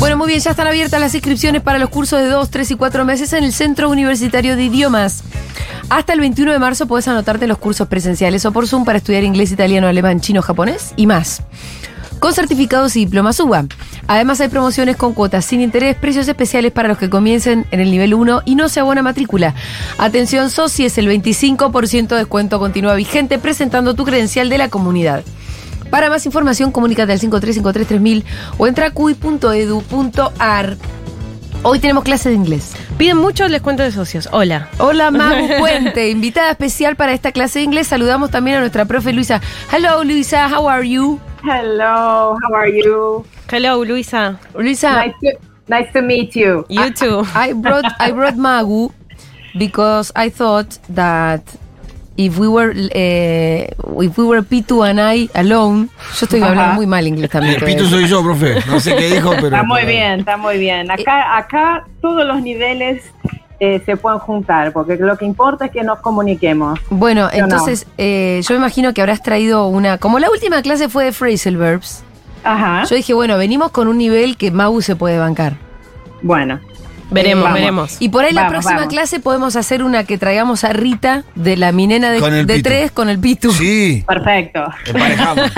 Bueno, muy bien, ya están abiertas las inscripciones para los cursos de 2, 3 y 4 meses en el Centro Universitario de Idiomas. Hasta el 21 de marzo podés anotarte en los cursos presenciales o por Zoom para estudiar inglés, italiano, alemán, chino, japonés y más. Con certificados y diplomas UBA. Además hay promociones con cuotas sin interés, precios especiales para los que comiencen en el nivel 1 y no se abona matrícula. Atención, soci es el 25% de descuento continúa vigente presentando tu credencial de la comunidad. Para más información, comunícate al 53533000 o entra a cuy.edu.ar. Hoy tenemos clase de inglés. Piden mucho les cuento de socios. Hola. Hola, Magu Puente, invitada especial para esta clase de inglés. Saludamos también a nuestra profe Luisa. Hello, Luisa, how are you? Hello, how are you? Hello, Luisa. Ah, Ah. Luisa, Nice to, nice to meet you. You too. I brought I brought Magu because I thought that if we were eh, if we were Pitu and I alone, yo estoy hablando Ajá. muy mal inglés también. El te voy a pito decir. soy yo, profe. No sé qué dijo, pero. Está muy bien, está muy bien. Acá, acá todos los niveles eh, se pueden juntar, porque lo que importa es que nos comuniquemos. Bueno, Yo no. entonces eh, yo me imagino que habrás traído una. Como la última clase fue de phrasal verbs, Ajá. yo dije, bueno, venimos con un nivel que Mau se puede bancar. Bueno, Veremos, Vamos. veremos. Y por ahí la Vamos, próxima vamos. clase podemos hacer una que traigamos a Rita de la minena Con de, el de Pitu. tres con el Pitu. Sí, perfecto. emparejamos.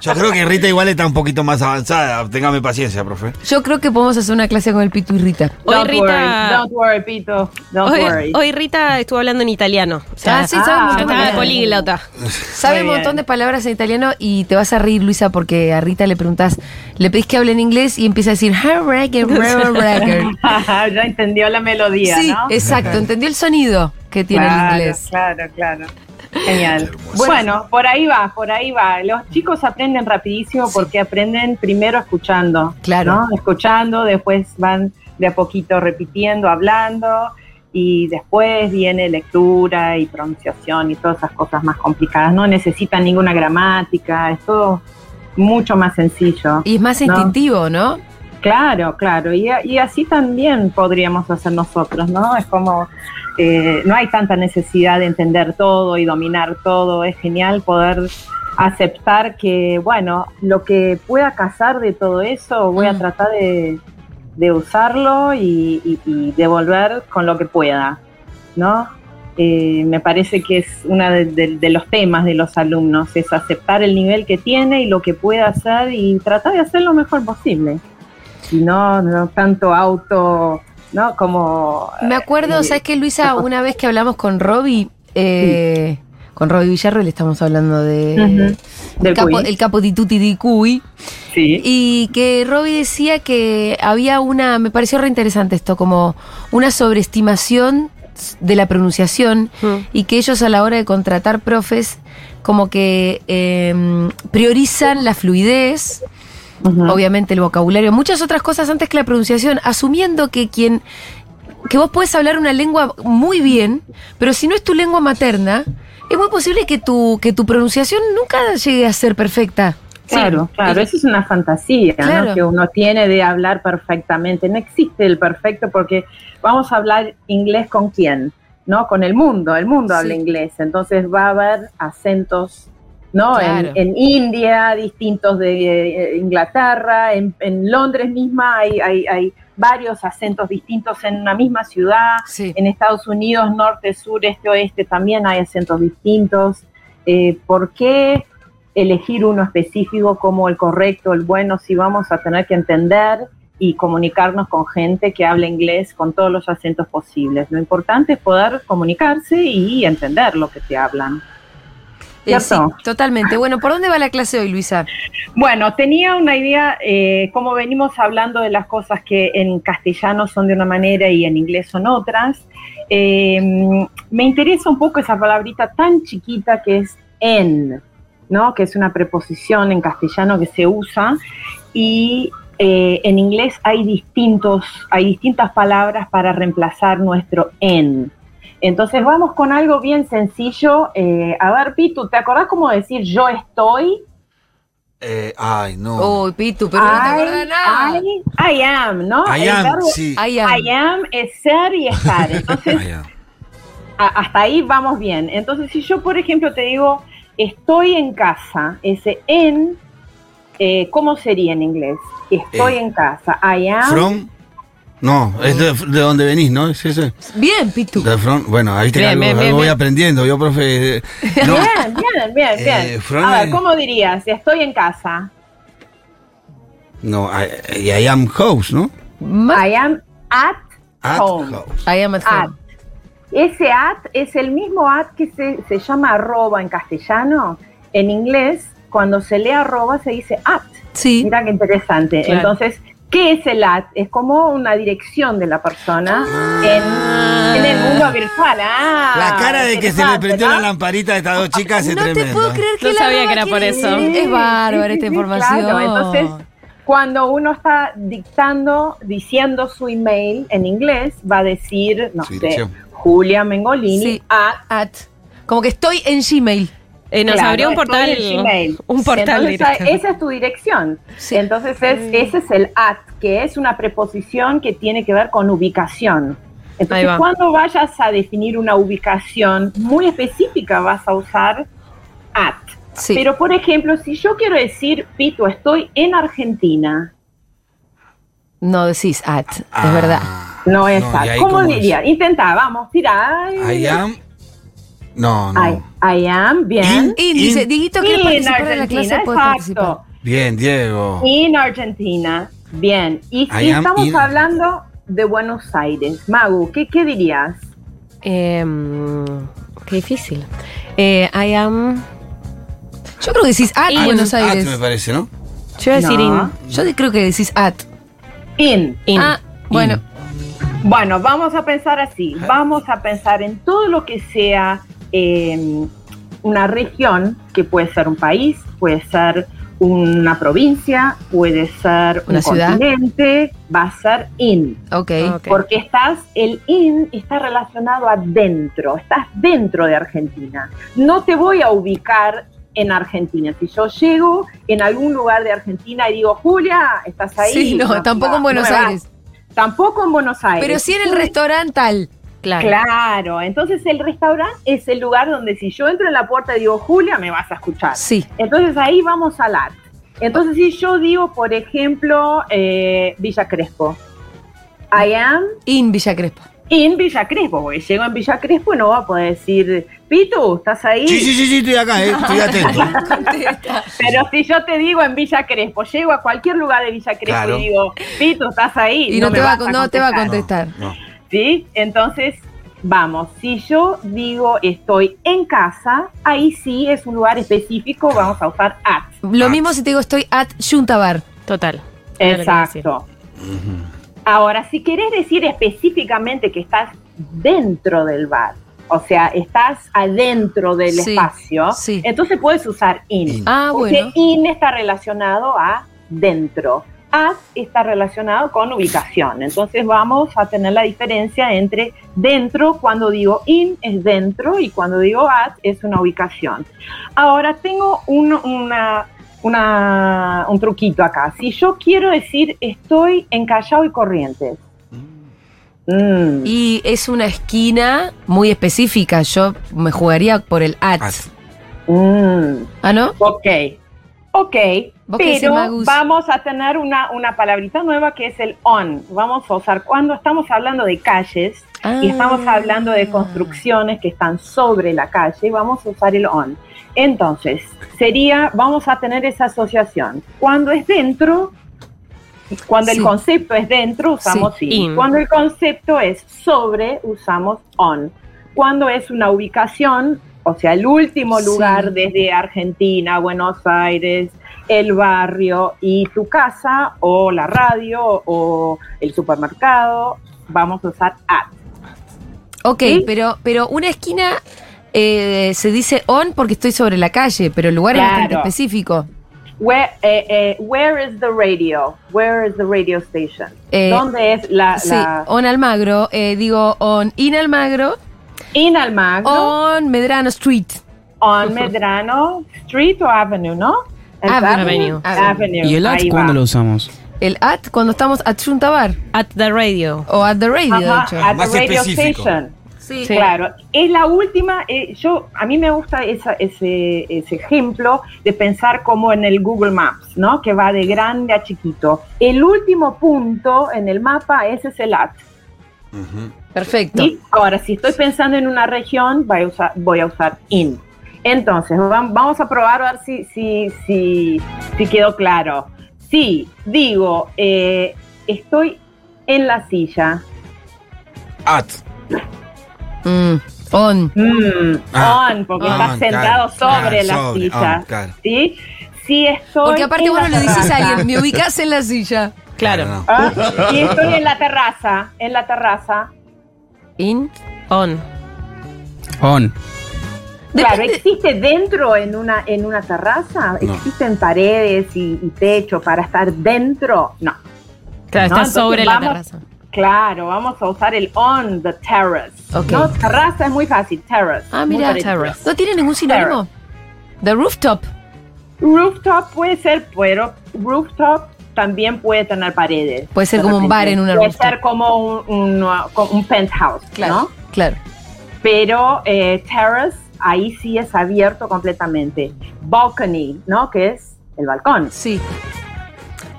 Yo creo que Rita igual está un poquito más avanzada. Téngame paciencia, profe. Yo creo que podemos hacer una clase con el Pitu y Rita. Hoy Don't Rita- worry, don't worry, Pito. Don't Hoy, worry. hoy Rita estuvo hablando en italiano. O sea, Ah, sí, sabe ah, un montón ya de está bueno. palabras. políglota. Sabe un Muy montón bien. de palabras en italiano y te vas a reír, Luisa, porque a Rita le preguntas, le pedís que hable en inglés y empieza a decir, "Harrogger, harrogger". Ajá, ya entendió la melodía, Sí, ¿no? exacto, entendió el sonido que tiene claro, el inglés. Claro, claro. Genial. hermoso. Bueno, por ahí va, por ahí va. Los chicos aprenden rapidísimo porque aprenden primero escuchando. Claro. ¿no? Escuchando, después van de a poquito repitiendo, hablando y después viene lectura y pronunciación y todas esas cosas más complicadas. No necesitan ninguna gramática, es todo mucho más sencillo. Y es más No. instintivo, ¿no? Claro, claro, y, a- y así también podríamos hacer nosotros, ¿no? Es como, eh, no hay tanta necesidad de entender todo y dominar todo, es genial poder aceptar que, bueno, lo que pueda cazar de todo eso, voy a Mm. tratar de, de usarlo y, y- y devolver con lo que pueda, ¿no? Eh, me parece que es uno de, de- de los temas de los alumnos, es aceptar el nivel que tiene y lo que puede hacer y tratar de hacer lo mejor posible. Y no, no tanto auto, ¿no? Como... Me acuerdo, eh, ¿sabes qué, Luisa? Una vez que hablamos con Robbie, eh, con Robbie Villarro, le estamos hablando de. Ujú, del el capo, cuy. el capo di tutti di cui. Sí. Y que Robbie decía que había una. Me pareció re interesante esto, como una sobreestimación de la pronunciación Mm. y que ellos a la hora de contratar profes, como que eh, priorizan la fluidez. Ujú. obviamente el vocabulario, muchas otras cosas antes que la pronunciación, asumiendo que quien que vos puedes hablar una lengua muy bien, pero si no es tu lengua materna, es muy posible que tu que tu pronunciación nunca llegue a ser perfecta. Claro, claro, eso es una fantasía ¿no? Claro. que uno tiene de hablar perfectamente. No existe el perfecto porque vamos a hablar inglés con quién, ¿no? Con el mundo, el mundo Sí. habla inglés, entonces va a haber acentos, ¿no? Claro. En, en India, distintos de eh, Inglaterra, en, en Londres misma hay, hay, hay varios acentos distintos en una misma ciudad. Sí. En Estados Unidos, norte, sur, este, oeste, también hay acentos distintos. Eh, ¿Por qué elegir uno específico como el correcto, el bueno, si vamos a tener que entender y comunicarnos con gente que habla inglés con todos los acentos posibles? Lo importante es poder comunicarse y entender lo que te hablan. cierto. Eh, totalmente. Bueno, ¿por dónde va la clase hoy, Luisa? Bueno, tenía una idea, eh, como venimos hablando de las cosas que en castellano son de una manera y en inglés son otras, eh, me interesa un poco esa palabrita tan chiquita que es en, ¿no? Que es una preposición en castellano que se usa y eh, en inglés hay distintos, hay distintas palabras para reemplazar nuestro en. Entonces vamos con algo bien sencillo. Eh, a ver, Pitu, ¿te acordás cómo decir yo estoy? Eh, ay, no. Oh. Uy, Pitu, pero no te acuerdas de nada. I, I am, ¿no? I El am, verbo sí. Ay, ya. I am es ser y estar. Entonces, I am. a- hasta ahí vamos bien. Entonces, si yo, por ejemplo, te digo, estoy en casa, ese en, eh, ¿cómo sería en inglés? Estoy Eh, en casa. I am. From. No, es de, de donde venís, ¿no? Es ese. Bien, Pitu. De front. Bueno, ahí te Bien, algo, bien, algo bien, voy bien. aprendiendo. Yo, profe. eh, No. Bien, bien, bien, Eh, bien. from a ver, es- ¿cómo dirías? Estoy en casa. No, I, I am house, ¿no? Ma- I am at, At Home. house. I am at Ah, at. home. Ese at es el mismo at que se, se llama arroba en castellano. En inglés, cuando se lee arroba, se dice at. Sí. Mira qué interesante. Claro. Entonces, ¿qué es el at? Es como una dirección de la persona en, en el mundo virtual. Ah, Ah. La cara de que se le interesante, prendió ¿no? la lamparita de estas dos chicas es No Ah, tremendo. te puedo creer que No la sabía broma que era por quiere eso. decir- Sí, Es bárbara sí, esta sí, información. claro. Entonces, cuando uno está dictando, diciendo su email en inglés, va a decir, no Su sé, dirección. Julia Mengolini Sí. a At. Como que estoy en Gmail. Eh, nos Claro, abrió un estoy portal. en Gmail. Un portal Entonces, ah, directo. Esa es tu dirección. Sí. Entonces, es, ese es el at, que es una preposición que tiene que ver con ubicación. Ahí Entonces, va. cuando vayas a definir una ubicación muy específica, vas a usar at. Sí. Pero, por ejemplo, si yo quiero decir, Pito, estoy en Argentina, No decís at, Ah, es verdad. no es No, ¿y at. ahí ¿Cómo cómo es? diría? Intenta, vamos, tira. I am. No, no. I, I am, bien. Y dice, In- Dieguito, ¿quieres In participar de la Argentina, clase? Puedes participar. Bien, Diego. En Argentina. Bien. Y si I am estamos in- hablando de Buenos Aires. Magu, ¿qué, qué dirías? Eh, Em, mm, qué difícil. Eh, I am. Yo creo que decís at In- Buenos At, Aires. Ah, me parece, ¿no? Yo iba a decir No. Yo de- creo que decís at. In. in. in. Ah, bueno. Bueno, vamos a pensar así. Vamos a pensar en todo lo que sea eh, una región, que puede ser un país, puede ser una provincia, puede ser Una un ciudad. continente, va a ser in. Ok. Ok. Porque estás, el in está relacionado adentro, estás dentro de Argentina. No te voy a ubicar en Argentina. Si yo llego en algún lugar de Argentina y digo, Julia, estás ahí. sí, no, tampoco en no Buenos me vas. Aires. Tampoco en Buenos Aires. Pero sí en el Tú- restaurante tal. Claro. Claro, entonces el restaurante es el lugar donde si yo entro en la puerta y digo, Julia, me vas a escuchar. Sí. Entonces ahí vamos a hablar. Entonces si yo digo, por ejemplo, eh, Villa Crespo. I am In Villa Crespo. en Villa Crespo, porque llego en Villa Crespo y no va a poder decir, Pitu, ¿estás ahí? Sí, sí, sí, sí, estoy acá, eh, estoy atento. Pero si yo te digo en Villa Crespo, llego a cualquier lugar de Villa Crespo Claro. y digo, Pitu, ¿estás ahí? Y no, me te, va, vas no te va a contestar, contestar. No, ¿Sí? Entonces, vamos, si yo digo estoy en casa, ahí sí es un lugar específico, vamos a usar at. Lo mismo si te digo estoy at Yuntabar. Total. Era lo que iba a decir. Exacto. Ahora, si querés decir específicamente que estás dentro del bar, o sea, estás adentro del Sí, espacio, sí. entonces puedes usar in. In. Ah, porque bueno. in está relacionado a dentro. At está relacionado con ubicación. Entonces vamos a tener la diferencia entre dentro, cuando digo in es dentro y cuando digo at es una ubicación. Ahora tengo un, una- una- un truquito acá. Si yo quiero decir estoy en Callao y Corrientes. Mm. Y es una esquina muy específica. Yo me jugaría por el at. at. Mm. Ah, ¿no? Ok, ok, ¿Vos qué decís, pero Magus? vamos a tener una, una palabrita nueva que es el on. Vamos a usar cuando estamos hablando de calles y estamos Ah. hablando de construcciones que están sobre la calle, vamos a usar el on. Entonces, sería, vamos a tener esa asociación. Cuando es dentro, cuando Sí. el concepto es dentro, usamos Sí, in. in. Cuando el concepto es sobre, usamos on. Cuando es una ubicación, o sea, el último Sí. lugar desde Argentina, Buenos Aires, el barrio y tu casa, o la radio, o el supermercado, vamos a usar at. Ok, ¿Sí? pero, pero una esquina eh, se dice on porque estoy sobre la calle, pero el lugar es Claro. bastante específico. Where, eh, eh, where is the radio? Where is the radio station? Eh, ¿Dónde es la, Sí, oh. la- on Almagro, eh, digo on in Almagro, en Almagro, On Medrano Street. on Medrano Street o Avenue, ¿no? Es Avenue. Avenue. ¿Y el ad ahí cuándo va. lo usamos? El at cuando estamos at Junta Bar At the radio. o at the radio, Ajá, de hecho. at the Más radio específico. station. Sí. Claro, es la última, eh, yo, a mí me gusta esa- ese, ese ejemplo de pensar como en el Google Maps, ¿no? Que va de grande a chiquito. El último punto en el mapa, ese es el at. Ujú. Perfecto. ¿sí? Ahora, si estoy pensando en una región, voy a usar, voy a usar in. Entonces, vam- vamos a probar a ver si, si, si, si quedó claro. Si digo, eh, estoy en la silla, At. Mm, on. Mm, Ah, on, porque on, estás sentado claro, sobre claro, la sobre, silla. on, claro. ¿Sí? Sí, estoy. Porque aparte en vos la no le dices a terraza. alguien, me ubicás en la silla. Claro. No, no. Ah, Sí, estoy en la terraza. En la terraza. In. On. On. Claro, ¿existe dentro en una, en una terraza? No. ¿Existen paredes y, y techo para estar dentro? No. Claro, No, está entonces sobre la vamos- terraza. Claro, vamos a usar el on the terrace. Ok. No, terraza es muy fácil, terrace. Ah, Muy mira, parecido. terrace. ¿no tiene ningún sinónimo? The rooftop. Rooftop puede ser, pero rooftop también puede tener paredes. Puede ser De como un repente. bar en una Puede rooftop. ser como un, un, uh, como un penthouse, ¿no? Claro. Pero eh, terrace, ahí sí es abierto completamente. Balcony, ¿no? Que es el balcón. Sí.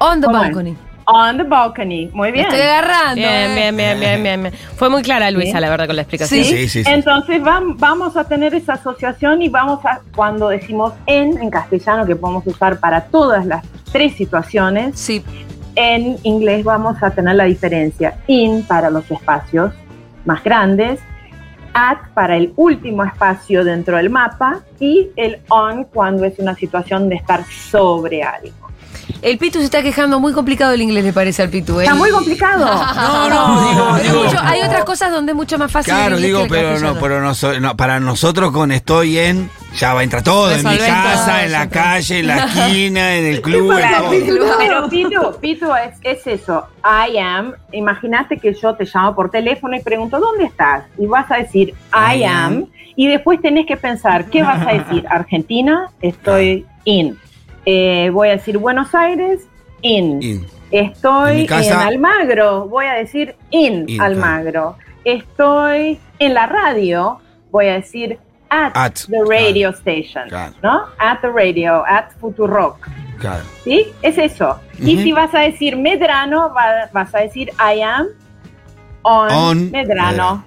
On the ¿Cómo es? balcony. On the balcony, muy Me bien. estoy agarrando. Bien, eh. bien, bien, bien, bien, bien. Fue muy clara Luisa, la verdad, con la explicación. Sí, sí, sí. Entonces vam- vamos a tener esa asociación y vamos a, cuando decimos en, en castellano, que podemos usar para todas las tres situaciones, Sí. en inglés vamos a tener la diferencia. In para los espacios más grandes, at para el último espacio dentro del mapa y el on cuando es una situación de estar sobre algo. El Pitu se está quejando muy complicado el inglés, le parece al Pitu. ¿eh? Está muy complicado. No, no, Pero digo, mucho- digo. hay otras cosas donde es mucho más fácil. el Claro, inglés que digo, el pero no, castellano. pero no, so- no, para nosotros con estoy en, ya va, entra todo, en mi Resolvés todo, casa, en la siempre. calle, en la esquina, en el club, en Claro, todo. Pitu. Pero Pitu, Pitu es, es eso. I am. Imagínate que yo te llamo por teléfono y pregunto, ¿dónde estás? Y vas a decir, I am. Y después tenés que pensar, ¿qué vas a decir? Argentina, estoy in. Eh, voy a decir Buenos Aires, in. In. En Estoy mi en, casa. Almagro, voy a decir in, In, Almagro. Estoy en la radio, voy a decir at, At, the radio station, claro. ¿no? At the radio, at Futurock. Claro. ¿Sí? Es eso. Y Ujú. si vas a decir Medrano, va- vas a decir I am on, On Medrano.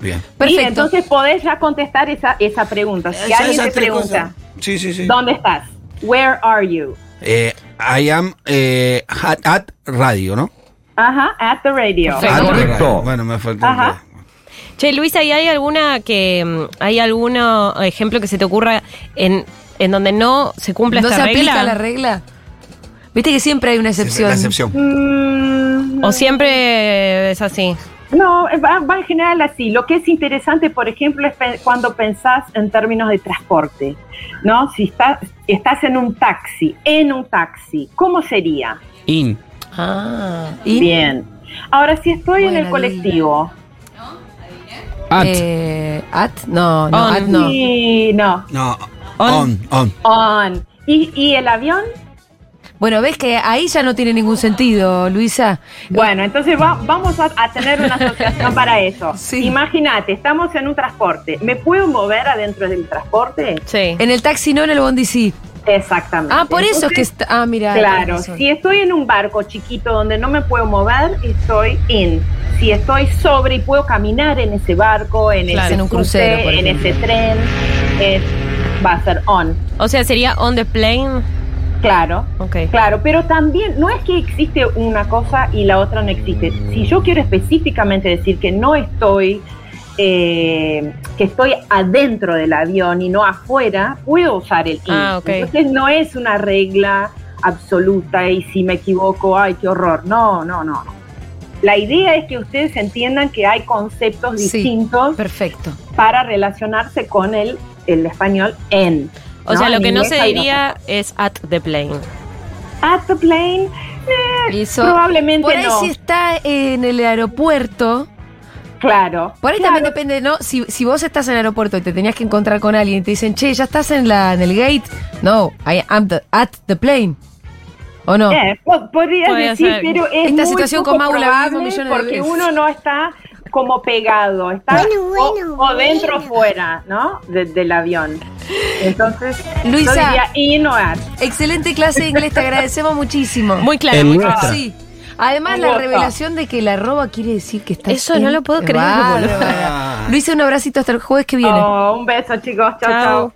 Bien. Perfecto. Perfecto. entonces podés ya contestar esa, esa pregunta. Si Ya alguien esas te tres pregunta, cosas. Sí, sí, sí. ¿dónde estás? Where are you? Eh, I am eh, at, at radio, ¿no? Ajá, at the radio. Perfecto. At Correcto. radio. Bueno, me faltó. un Ajá. día. Che, Luisa, ¿y hay alguna que mm, hay algún ejemplo que se te ocurra en, en donde no se cumpla ¿No se esta aplica regla? la regla? Viste que siempre hay una excepción. La excepción. Mm, o siempre es así. no, va, va en general así. Lo que es interesante, por ejemplo, es pe- cuando pensás en términos de transporte, ¿no? Si estás, estás en un taxi, en un taxi, ¿cómo sería? In. Ah. Y, Bien. Ahora, si estoy en Buena, el colectivo. At. eh, at, no, no, On. at no. Sí, no. No, On. on, on. On. ¿Y, y el avión? Bueno, ves que ahí ya no tiene ningún sentido, Luisa. Bueno, entonces va- vamos a, a tener una asociación para eso. Sí. Imagínate, estamos en un transporte. ¿Me puedo mover adentro del transporte? Sí. En el taxi no, en el bondi sí. Exactamente. Ah, por eso es que Entonces, está. Ah, mira. Claro, tenés razón. si estoy en un barco chiquito donde no me puedo mover, estoy in. Si estoy sobre y puedo caminar en ese barco, en Claro, ese en un subte, crucero, por en ejemplo. ese tren, es- va a ser on. O sea, sería on the plane. Claro. Ok. Claro, pero también no es que existe una cosa y la otra no existe. Si yo quiero específicamente decir que no estoy, eh, que estoy adentro del avión y no afuera, puedo usar el in. Ah, ok. Entonces no es una regla absoluta y si me equivoco, ay, qué horror. No, no, no. no. La idea es que ustedes entiendan que hay conceptos Sí. distintos Perfecto. para relacionarse con el, el español en. O sea, ¿no? lo En que no inglés se hay diría es at the plane. At the plane, eh, Eso- probablemente Por ahí no. si está en el aeropuerto, Claro. Por ahí Claro, también depende, ¿no? Si, si vos estás en el aeropuerto y te tenías que encontrar con alguien y te dicen, che, ya estás en, la, en el gate. No, I am the- at the plane. ¿O no? Eh, po- podrías Oh. Podría decir, ser. pero es Esta muy situación poco con Mau la vivimos probable millones de porque veces. uno no está como pegado, está o, o dentro o fuera, ¿no? De- del avión. Entonces, Luisa. yo diría in or out. Excelente clase de inglés, te agradecemos muchísimo. Ah, Muy claro. En muy nuestra. claro. Sí. Además, Un la WhatsApp. revelación de que la arroba quiere decir que está. Eso no lo puedo creer, boludo. Luisa, un abracito hasta el jueves que viene. Oh, un beso, chicos. Chao, Chao. chao.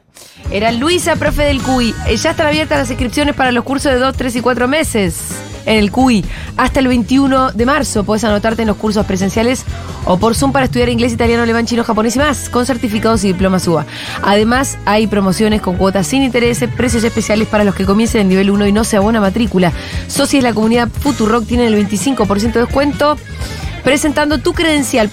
Era Luisa, profe del CUI. Eh, Ya están abiertas las inscripciones para los cursos de 2, 3 y 4 meses en el CUI. Hasta el 21 de marzo puedes anotarte en los cursos presenciales o por Zoom para estudiar inglés, italiano, alemán, chino, japonés y más, con certificados y diplomas UBA. Además, hay promociones con cuotas sin intereses, precios especiales para los que comiencen en nivel 1 y no se abona matrícula. Socios de la comunidad Futurock tienen el 25% de descuento presentando tu credencial.